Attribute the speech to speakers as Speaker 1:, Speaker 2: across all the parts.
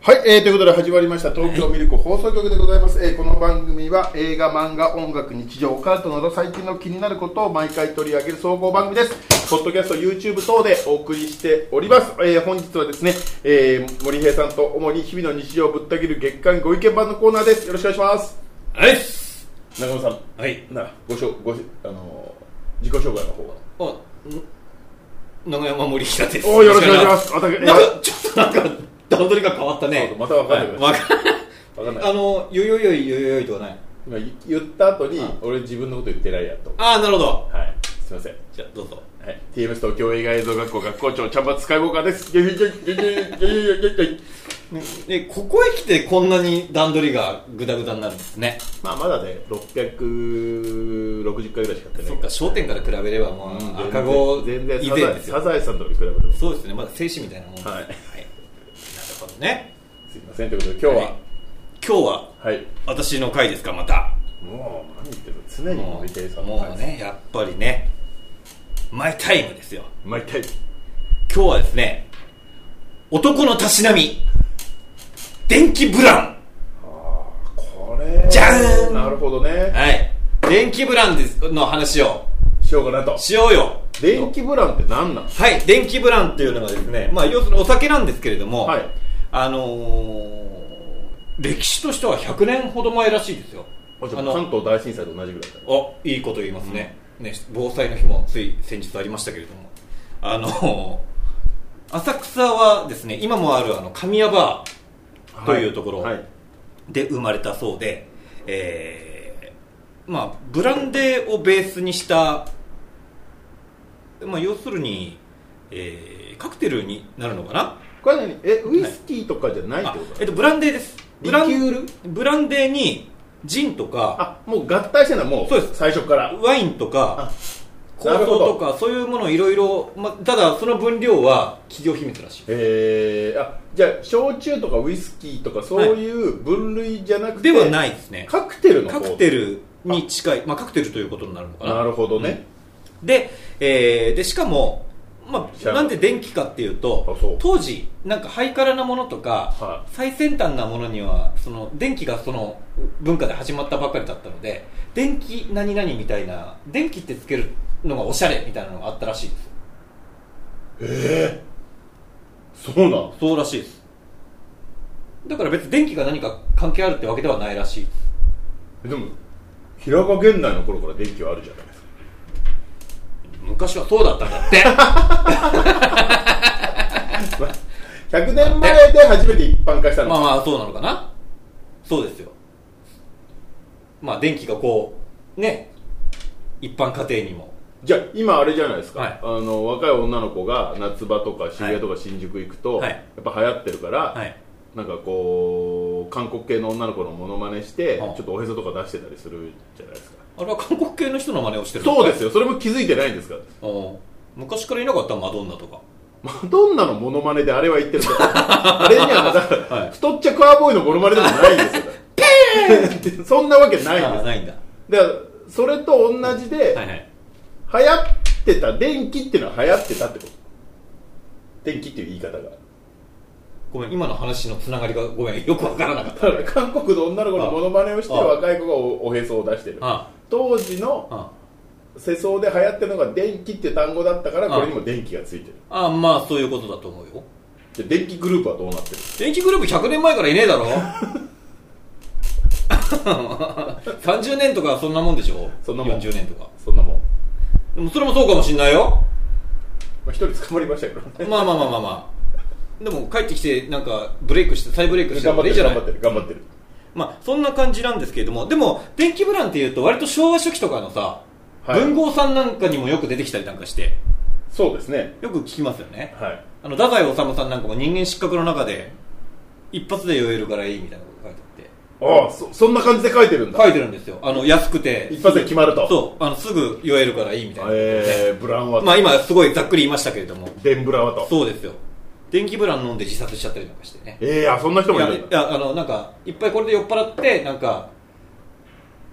Speaker 1: はい、えー、ということで始まりました東京ミルク放送局でございます、えーこの番組は映画漫画音楽日常オカルトなど最近の気になることを毎回取り上げる総合番組ですポッドキャスト YouTube 等でお送りしております、えー本日はですね、えー森平さんと主に日々の日常をぶった切る月間ご意見番のコーナーですよろしくお願いします
Speaker 2: はい
Speaker 1: 中村さ
Speaker 2: はい
Speaker 1: んなごしょごしあのー自己紹介の方は
Speaker 2: あん長山森平です
Speaker 1: おーよろしくお願いしますまたえー
Speaker 2: なんかちょっとなんか段取りが変わったね
Speaker 1: そうまた分かんない
Speaker 2: はいわかんない
Speaker 1: わかんない
Speaker 2: あのよよよいよよよいとはない
Speaker 1: 今い言った後に
Speaker 2: うん
Speaker 1: 俺自分のこと言ってないやと
Speaker 2: ああなるほど
Speaker 1: はいすいません
Speaker 2: じゃあどうぞ
Speaker 1: はい、TMS 東京映画映像学校学校長チャンバツカイウォーカーです。ギュギュギュギュギュギュギュギュギュギュ
Speaker 2: えここへ来てこんなに段取りがグダグダになるんですね
Speaker 1: まあまだね、660回ぐらいしかやってない
Speaker 2: そっか商店から比べればも
Speaker 1: 全
Speaker 2: う
Speaker 1: 然
Speaker 2: 赤子
Speaker 1: 全然
Speaker 2: 以
Speaker 1: サ
Speaker 2: 前
Speaker 1: ザエ
Speaker 2: です
Speaker 1: サ
Speaker 2: よ
Speaker 1: ザエさんと比べるとす
Speaker 2: そうですねまだ精子みたいなもんです
Speaker 1: はい
Speaker 2: なるほどね
Speaker 1: いませんということで今日は、
Speaker 2: 今日は
Speaker 1: はい、
Speaker 2: 私の回ですかまた
Speaker 1: もう何言ってるの常に
Speaker 2: も
Speaker 1: 森田さ
Speaker 2: うん
Speaker 1: の
Speaker 2: もうねやっぱりねマイタイムですよ
Speaker 1: 毎回
Speaker 2: 今日はですね男のたしなみ電気ブラ
Speaker 1: これ
Speaker 2: じゃーん
Speaker 1: なるほど
Speaker 2: ン
Speaker 1: ね
Speaker 2: はい電気ブランですの話を
Speaker 1: しようかなと
Speaker 2: しようよ
Speaker 1: 電気ブランって何なん
Speaker 2: はい電気ブランっていうのはですね、まあ、要するにお酒なんですけれども、
Speaker 1: はい
Speaker 2: あのー歴史としては100年ほど前らしいですよ
Speaker 1: あじゃあ
Speaker 2: の
Speaker 1: 関東大震災と同じぐらいだね
Speaker 2: あいいこと言いますね,、ね防災の日もつい先日ありましたけれどもあの浅草はですね今もあるあの神谷バーというところ
Speaker 1: はい
Speaker 2: で生まれたそうで、えーまあ、ブランデーをベースにした、まあ、要するに、えーカクテルになるのかな
Speaker 1: これは何えウイスキーとかじゃないってこ
Speaker 2: あ
Speaker 1: と
Speaker 2: えっと、ブランデーですブラン
Speaker 1: リキュール
Speaker 2: ブランデーにジンとか
Speaker 1: あもう合体してんだもう
Speaker 2: そうです
Speaker 1: 最初から
Speaker 2: ワインとか
Speaker 1: あ、
Speaker 2: 香草
Speaker 1: なる
Speaker 2: と
Speaker 1: ほ
Speaker 2: か、そういうものいろいろ、ま、ただその分量は企業秘密らしい。
Speaker 1: えー、あじゃあ焼酎とかウイスキーとかそういう分類じゃなくて、
Speaker 2: ではないですね。
Speaker 1: カクテルの方
Speaker 2: カクテルに近い、まあ、カクテルということになるのかな。
Speaker 1: なるほどね、
Speaker 2: で、えーで、しかも、ま
Speaker 1: 知
Speaker 2: あ、
Speaker 1: らな
Speaker 2: ないんで電気かっていうと
Speaker 1: あそう
Speaker 2: 当時なんかハイカラなものとか、
Speaker 1: は
Speaker 2: 最先端なものにはその電気がその文化で始まったばかりだったので電気何々みたいな電気ってつけるのがおしゃれみたいなのがあったらしいです
Speaker 1: そうなん
Speaker 2: そうらしいですだから別に電気が何か関係あるってわけではないらしいです
Speaker 1: えでも平賀源内の頃から電気はあるじゃないですか
Speaker 2: 昔はそうだったんだって
Speaker 1: 100年前で初めて一般化したの、
Speaker 2: まあまあそうなのかなそうですよまあ電気がこうね一般家庭にも
Speaker 1: じゃあ今あれじゃないですか、
Speaker 2: はい
Speaker 1: あの若い女の子が夏場とか渋谷とか新宿行くと、
Speaker 2: はい
Speaker 1: やっぱ流行ってるから、
Speaker 2: はい
Speaker 1: なんかこう韓国系の女の子のモノマネして、
Speaker 2: はあ
Speaker 1: ちょっとおへそとか出してたりするじゃないですか
Speaker 2: あれは韓国系の人の真似をしてる
Speaker 1: そうですすよそれも気づいてないんですから
Speaker 2: 昔からいなかったマドンナとか
Speaker 1: マドンナのモノマネであれは言ってるん だあれにはだから、
Speaker 2: はい
Speaker 1: 太っちゃカーボーイのモノマネでもないんですよってそんなわけないん
Speaker 2: あ
Speaker 1: です
Speaker 2: ないんだ
Speaker 1: だからそれと同じで、
Speaker 2: はいはい
Speaker 1: 流行ってた電気っていうのは流行ってたってこと電気っていう言い方が
Speaker 2: ごめん今の話のつながりがごめんよくわからなかっ
Speaker 1: だ
Speaker 2: た
Speaker 1: から韓国の女の子のモノマネをして
Speaker 2: ああ
Speaker 1: 若い子がおおへそを出してる
Speaker 2: あ
Speaker 1: 当時の
Speaker 2: あ
Speaker 1: 世相で流行ってるのが電気って単語だったから
Speaker 2: あ
Speaker 1: こ
Speaker 2: あ
Speaker 1: れにも電気がついてる
Speaker 2: あまあそういうことだと思うよ
Speaker 1: じゃあ電気グループはどうなってる
Speaker 2: 電気グループ100年前からいねえだろ 30年とかそんなもんでしょ
Speaker 1: そんなもん
Speaker 2: 40年とか
Speaker 1: そんなもん
Speaker 2: でもそれもそうかもしんないよ
Speaker 1: まあ一人捕まりましたけどね
Speaker 2: まあまあまあまあまあでも帰ってきてなんかブレイクして再ブレイクして
Speaker 1: 頑張って
Speaker 2: いい
Speaker 1: る
Speaker 2: じゃな
Speaker 1: 頑
Speaker 2: い
Speaker 1: 張ってる頑張ってる
Speaker 2: まあそんな感じなんですけれどもでも電気ブランっていうと割と昭和初期とかのさ、
Speaker 1: はい
Speaker 2: 文豪さんなんかにもよく出てきたりなんかして
Speaker 1: そうですね
Speaker 2: よく聞きますよね
Speaker 1: はい
Speaker 2: あの太宰治さんなんかも人間失格の中で一発で酔えるからいいみたいなこと書いて
Speaker 1: あ
Speaker 2: あって
Speaker 1: あそそんな感じで書いてるんだ
Speaker 2: 書いてるんですよあの安くて
Speaker 1: 一発で決まると
Speaker 2: そうあのすぐ酔えるからいいみたいな、
Speaker 1: えー、ブランは、
Speaker 2: まあ今すごいざっくり言いましたけれども
Speaker 1: デンブラはと
Speaker 2: そうですよ電気ブラン飲んで自殺しちゃったりなんかしてね
Speaker 1: ええー、あそんな人
Speaker 2: い
Speaker 1: もい
Speaker 2: や
Speaker 1: る
Speaker 2: い
Speaker 1: んだ
Speaker 2: やあのなんかいっぱいこれで酔っ払ってなんか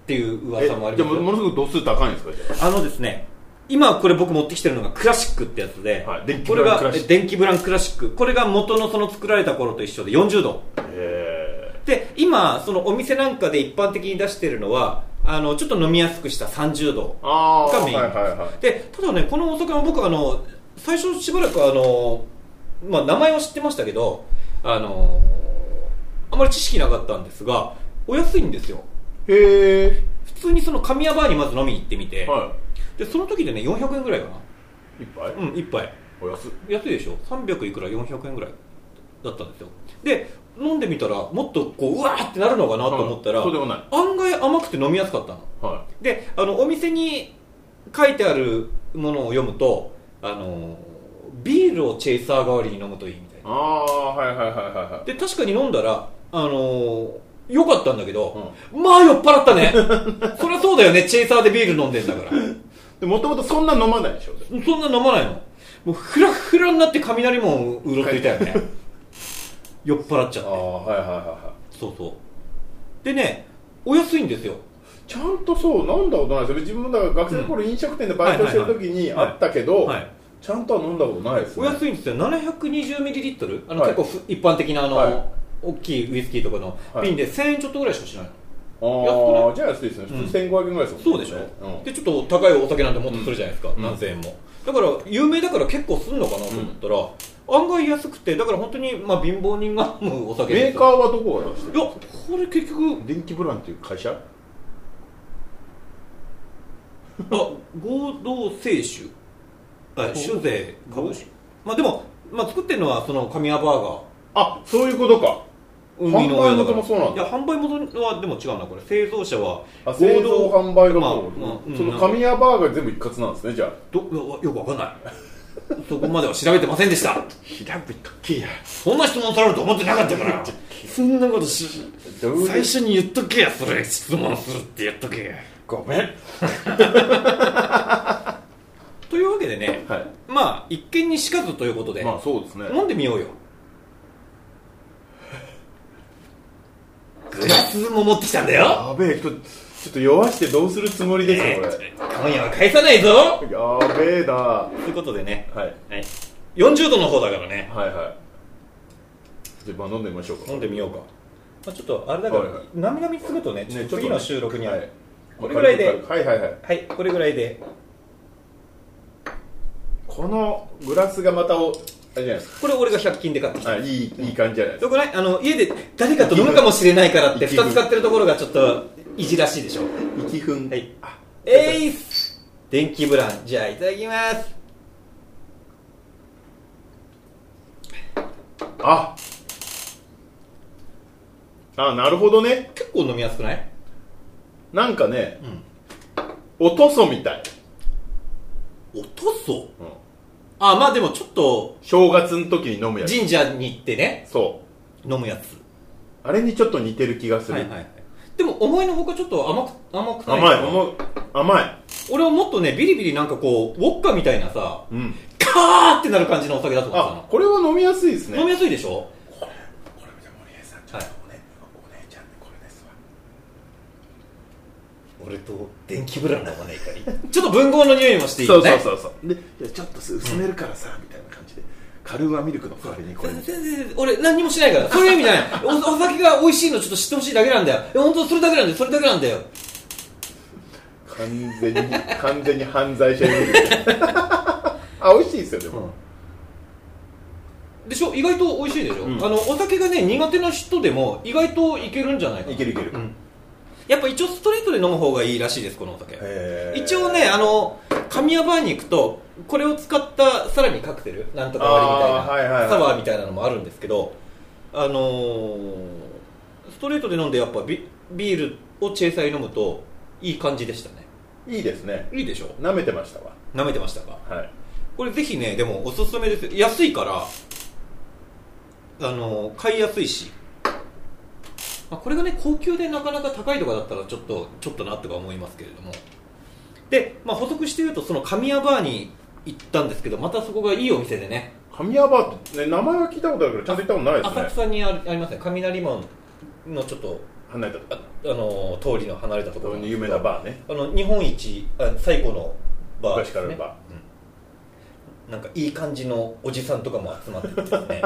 Speaker 2: っていう
Speaker 1: えじ
Speaker 2: 噂
Speaker 1: ゃあ
Speaker 2: もあり
Speaker 1: も
Speaker 2: ますよ
Speaker 1: ものすごく度数高いんですかじゃ
Speaker 2: あのですね今これ僕持ってきてるのがクラシックってやつで、
Speaker 1: はい電気
Speaker 2: こ
Speaker 1: ブ
Speaker 2: れ
Speaker 1: ラン
Speaker 2: が
Speaker 1: クラシック
Speaker 2: え電気ブランクラシックこれが元のその作られた頃と一緒で40度
Speaker 1: あ
Speaker 2: で今そのお店なんかで一般的に出してるのはあのちょっと飲みやすくした30度
Speaker 1: あー
Speaker 2: がメイン
Speaker 1: はいはいはい
Speaker 2: でただねこのお酒も僕あの最初しばらくあの、まあ、名前は知ってましたけどあのあまり知識なかったんですがお安いんですよ
Speaker 1: へえ
Speaker 2: 普通にその神谷バーにまず飲みに行ってみて、
Speaker 1: は
Speaker 2: でその時でね400円ぐらいか
Speaker 1: い一杯
Speaker 2: なうん1杯
Speaker 1: お安っ
Speaker 2: 安いでしょ300いくら400円ぐらいだったんですよで飲んでみたらもっとこううわーってなるのかなと思ったら、
Speaker 1: うんそうでもない
Speaker 2: 案外甘くて飲みやすかったの
Speaker 1: は
Speaker 2: であのお店に書いてあるものを読むとあのビールをチェイサー代わりに飲むといいみたい
Speaker 1: いあ
Speaker 2: な
Speaker 1: あはいはいはいはいは
Speaker 2: で確かに飲んだらあの良かったんだけど、まあ酔っ払ったね そりゃそうだよねチェイサーでビール飲んでんだから
Speaker 1: いでもともとそんな飲まないでしょで
Speaker 2: そんな飲まないのもうフラフラになって雷もうろついたよね酔っ払っちゃ
Speaker 1: ああ
Speaker 2: って
Speaker 1: はいはいはいは
Speaker 2: そうそうでねお安いんですよ
Speaker 1: いちゃんとそう飲んだことないですよ自分もだから学生の頃飲食店でバイトしてる時に
Speaker 2: はいはいはい
Speaker 1: あったけど
Speaker 2: はい
Speaker 1: ちゃんとは飲んだことないです
Speaker 2: お
Speaker 1: ね
Speaker 2: 安いんですよ 720ml あの、
Speaker 1: はい
Speaker 2: 結構ふ一般的なあの、
Speaker 1: はい
Speaker 2: 大きいウイスキーとかの
Speaker 1: はい
Speaker 2: 瓶で1000円ちょっとぐらいしかしないの、
Speaker 1: ああじゃあ安いですね
Speaker 2: うん
Speaker 1: 普通1500円ぐらいです
Speaker 2: そ
Speaker 1: も
Speaker 2: うんで
Speaker 1: ね
Speaker 2: しょ、
Speaker 1: うん
Speaker 2: でちょっと高いお酒なんてもっとするじゃないですか、
Speaker 1: うん
Speaker 2: 何千円もだから有名だから結構すんのかなと思ったら、案外安くてだから本当にまあ貧乏人が飲むお酒
Speaker 1: メ
Speaker 2: で
Speaker 1: ー
Speaker 2: す
Speaker 1: カーはどこが出してる
Speaker 2: いやこれ結局
Speaker 1: 電気ブランっていう会社
Speaker 2: あ合同清酒あ酒税株式まあでも、まあ、作ってるのはその神谷バーガー
Speaker 1: あそういうことか
Speaker 2: 海の親だか
Speaker 1: 販売元
Speaker 2: ら
Speaker 1: もそうなんだ
Speaker 2: いや販売元はでも違うなこれ製造者は
Speaker 1: あ製造販売がもう、
Speaker 2: まあまあうん
Speaker 1: その神谷バーガー全部一括なんですねじゃあ
Speaker 2: どうわよくわかんないそこまでは調べてませんでした
Speaker 1: 平べったけや
Speaker 2: そんな質問されると思ってなかったから
Speaker 3: そんなことし
Speaker 1: どう
Speaker 3: 最
Speaker 1: です
Speaker 3: 初に言っとけやそれ質問するって言っとけや
Speaker 1: ごめんはい
Speaker 2: というわけでねまあ一見にしかずということで、
Speaker 1: まあそうですね
Speaker 2: 飲んでみようよグラスも持ってきたんだよ
Speaker 1: やべえちょっとちょっと酔わしてどうするつもりですかこ
Speaker 2: 今夜は返さないぞ
Speaker 1: れやべえだは
Speaker 2: ということでね
Speaker 1: い、はい
Speaker 2: はい、40度の方だからね
Speaker 1: はいじゃあまあ飲んでみましょうか
Speaker 2: 飲んでみようか、まあ、ちょっとあれだから、
Speaker 1: はいはい
Speaker 2: なみなみつくとねちょっと次の収録には
Speaker 1: は
Speaker 2: はいい、これぐらいで
Speaker 1: はいはいはい
Speaker 2: これぐらいで
Speaker 1: このグラスがまたおあれじゃないですか
Speaker 2: これ俺が100均で買ってきた、
Speaker 1: あいいいい感じじゃないです
Speaker 2: よくないあの家で誰かと飲むかもしれないからって
Speaker 1: 生きる
Speaker 2: 2つ買ってるところがちょっといじらしいでしょ
Speaker 1: か息分
Speaker 2: はいえいっす電気ブランじゃあいただきます
Speaker 1: ああなるほどね
Speaker 2: 結構飲みやすくない
Speaker 1: なんかね
Speaker 2: うん
Speaker 1: おとそみたい、
Speaker 2: おとそ
Speaker 1: うん、
Speaker 2: あまあでもちょっと
Speaker 1: 正月の時に飲むやつ
Speaker 2: 神社に行ってね
Speaker 1: そう
Speaker 2: 飲むやつ
Speaker 1: あれにちょっと似てる気がする、
Speaker 2: はいはいはいでも思いのほかちょっと甘く甘くない
Speaker 1: 甘い甘い甘い
Speaker 2: 俺はもっとねビリビリなんかこうウォッカみたいなさ
Speaker 1: うん
Speaker 2: カーってなる感じのお酒だと思ってた
Speaker 1: あ
Speaker 2: の
Speaker 1: これは飲みやすいですね
Speaker 2: 飲みやすいでしょ
Speaker 1: これじゃあ森江さん
Speaker 2: はい
Speaker 1: お,、ね、お姉ちゃんでこれですわ
Speaker 2: 俺と電気ブラン飲まないかりちょっと文豪の匂いもしていい
Speaker 1: そ
Speaker 2: よ
Speaker 1: う
Speaker 2: ね
Speaker 1: そうそうそうでじゃあちょっと薄めるからさ、みたいな感じでカルーアミルクの代わりにこれ
Speaker 2: 全然全然俺何にもしないからそういう意味じゃ ないおお酒が美味しいのちょっと知ってほしいだけなんだよいや本当それだけなんだよそれだけなんだよ
Speaker 1: 完全に完全に犯罪者に見える あ美味しいですよでも、
Speaker 2: でしょ意外と美味しいでしょ、
Speaker 1: うん
Speaker 2: あのお酒がね苦手な人でも意外といけるんじゃないかない
Speaker 1: けるいける、
Speaker 2: うんやっぱ一応ストレートで飲む方がいいらしいですこのお酒
Speaker 1: へー
Speaker 2: 一応ねあの神谷バーに行くとこれを使ったさらにカクテルなんとか割りみたいな、
Speaker 1: あーはいはいはい
Speaker 2: サワーみたいなのもあるんですけどあのーストレートで飲んでやっぱビビールをチェイサーに飲むといい感じでしたね
Speaker 1: いいですね
Speaker 2: いいでしょ
Speaker 1: 舐めてましたわ
Speaker 2: 舐めてましたか
Speaker 1: はい
Speaker 2: これぜひねでもおすすめですよ安いからあのー買いやすいしまあ、これがね高級でなかなか高いとかだったらちょっとちょっとなとか思いますけれどもで、まあ、補足して言うとその神谷バーに行ったんですけどまたそこがいいお店でね
Speaker 1: 神谷バーって、ね、名前は聞いたことあるけどちゃんと行ったことない
Speaker 2: 浅
Speaker 1: ですね
Speaker 2: 草にありありますね雷門のちょっと
Speaker 1: 離れたと
Speaker 2: あ、あのー通りの離れたとこ
Speaker 1: こ
Speaker 2: ろ
Speaker 1: に有名なバーね
Speaker 2: あの日本一あ最古のバーで
Speaker 1: 昔
Speaker 2: す、ね、
Speaker 1: からのバー
Speaker 2: なんかいい感じのおじさんとかも集まっててですね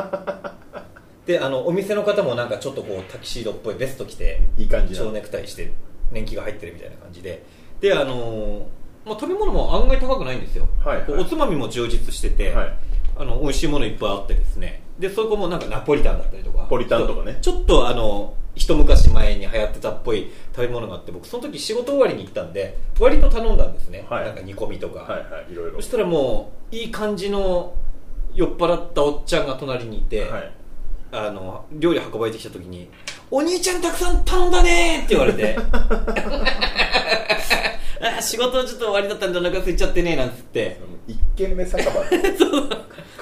Speaker 2: であのお店の方もなんかちょっとこうタキシードっぽいベスト着て
Speaker 1: いい感じな
Speaker 2: 蝶ネクタイして年季が入ってるみたいな感じでであのーまあ、食べ物も案外高くないんですよ、
Speaker 1: はいはい
Speaker 2: こうおつまみも充実してて、
Speaker 1: はい
Speaker 2: あの美味しいものいっぱいあってですねでそこもなんかナポリタンだったりとか
Speaker 1: ポリタンとかね
Speaker 2: ちょっとあの一昔前に流行ってたっぽい食べ物があって僕その時仕事終わりに行ったんで割と頼んだんですね、
Speaker 1: はい
Speaker 2: なんか煮込みとか、
Speaker 1: はいはいいろいろ
Speaker 2: そしたらもういい感じの酔っ払ったおっちゃんが隣にいて、
Speaker 1: はい
Speaker 2: あの料理運ばれてきた時に「お兄ちゃんたくさん頼んだね」って言わ れてあ仕事ちょっと終わりだったんでお腹空いちゃってねなんつって
Speaker 1: 一軒目 酒場の帰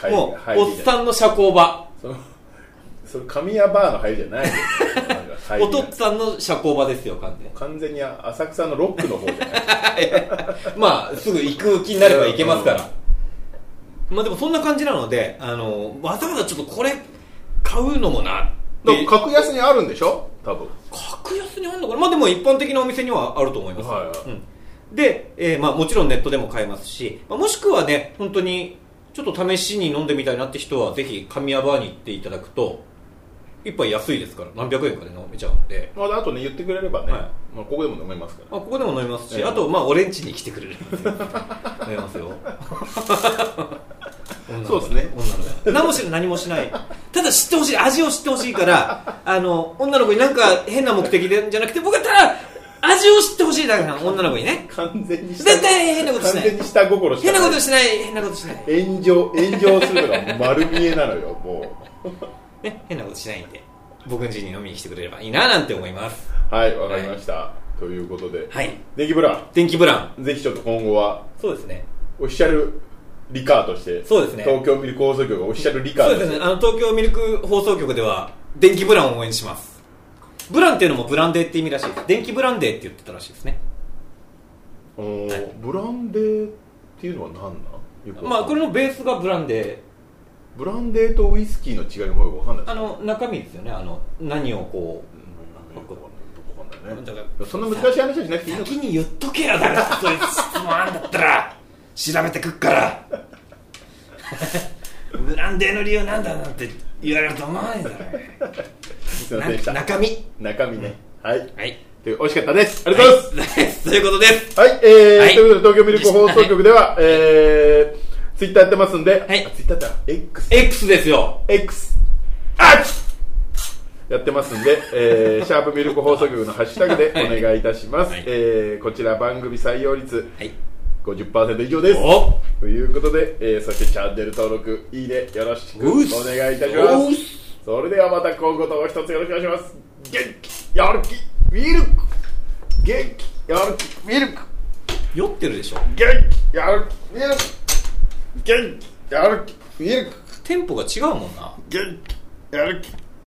Speaker 1: り
Speaker 2: もう
Speaker 1: 入
Speaker 2: お
Speaker 1: り
Speaker 2: っ
Speaker 1: じゃない
Speaker 2: さんの社交場
Speaker 1: そのそれ神谷バーの入りじゃないよなんか入
Speaker 2: お
Speaker 1: りが
Speaker 2: 父さんの社交場ですよ完全に
Speaker 1: 完全に浅草のロックの方じゃ ない
Speaker 2: まあすぐ行く気になれば行けますからまあでもそんな感じなのであのわざわざちょっとこれ買うのもなって
Speaker 1: でも格安にあるんでしょ多分
Speaker 2: 格安にあるのかなまあでも一般的なお店にはあると思います、
Speaker 1: はいはい
Speaker 2: うん、で、えーまあ、もちろんネットでも買えますし、まあ、もしくはね本当にちょっと試しに飲んでみたいなって人はぜひ神谷バーに行っていただくと一杯安いですから何百円かで飲めちゃうんで
Speaker 1: まあで、あとね言ってくれればね、
Speaker 2: はい
Speaker 1: まあ、ここでも飲めますか
Speaker 2: あここでも飲みますし、
Speaker 1: ええ
Speaker 2: あとまあ俺ん家に来てくれる 飲めますよ女の子
Speaker 1: そうですね
Speaker 2: 女の子何もし何もしないただ知ってほしい味を知ってほしいからあの女の子になんか変な目的でじゃなくて僕はただ味を知ってほしいだから女の子にね
Speaker 1: ら完全に下
Speaker 2: 絶対変なことしな
Speaker 1: 完全
Speaker 2: い
Speaker 1: に下心して
Speaker 2: 変なことしない変なことしない、
Speaker 1: 炎上炎上するのが丸見えなのよも
Speaker 2: ね、変なことしないんで僕ん家に飲みに来てくれればいいななんて思います
Speaker 1: うはいわかりました、ということで、
Speaker 2: はい
Speaker 1: ネギブラ
Speaker 2: 電気ブラン
Speaker 1: ンぜひちょっと今後は
Speaker 2: そうですね
Speaker 1: オフィシャルリカーとして
Speaker 2: そうですね
Speaker 1: 東京ミルク放送局がオフィシャルリカー
Speaker 2: そ
Speaker 1: と
Speaker 2: う
Speaker 1: して
Speaker 2: ですねあの東京ミルク放送局では電気ブランを応援しますブランっていうのもブランデーって意味らしいです電気ブランデーって言ってたらしいですね
Speaker 1: おーブランデーっていうのは何なんよくわ
Speaker 2: まあ
Speaker 1: か
Speaker 2: こ
Speaker 1: んない
Speaker 2: れのベースがブランデ
Speaker 1: ブランデーとウイスキーの違いもよくわかんない
Speaker 2: ーあの中身ですよねあの何をこう
Speaker 1: うんよくわかんないよくわかんな
Speaker 2: だ
Speaker 1: い
Speaker 2: か
Speaker 1: ね
Speaker 2: ら
Speaker 1: そんな難しい話はしなくていいのか
Speaker 2: 先に言っとけよだからそういう質問あんだったら調べてくっから ブランデーの理由なんだなんて言われると思わないんだ
Speaker 1: すいませんでした
Speaker 2: な中身
Speaker 1: 中身ねはい
Speaker 2: はい
Speaker 1: という美味しかったですありがとうございます
Speaker 2: すということです
Speaker 1: はい、えー
Speaker 2: はい
Speaker 1: ということで東京ミルク放送局では、えー、ツイッターやってますんで、
Speaker 2: い
Speaker 1: あツイッターだ X、
Speaker 2: X ですよ
Speaker 1: X、あっやってますんで、え ー、シャープミルク放送局のハッシュタグでお願いいたします。
Speaker 2: はい
Speaker 1: えー、こちら番組採用率
Speaker 2: はい
Speaker 1: 50%以上です。
Speaker 2: お
Speaker 1: ということで、えー、そしてチャンネル登録、いいね、よろしくお
Speaker 2: うっす
Speaker 1: 願いいたし
Speaker 2: う
Speaker 1: ま
Speaker 2: っ
Speaker 1: す。それではまた今後とも一つよろしくお願いします。元気、やる気、ミルク元気、やる気、ミルク
Speaker 2: 酔ってるでしょ
Speaker 1: 元気やる気ミルク元気やる気ミルク
Speaker 2: テンポが違うもんな
Speaker 1: 元気やる気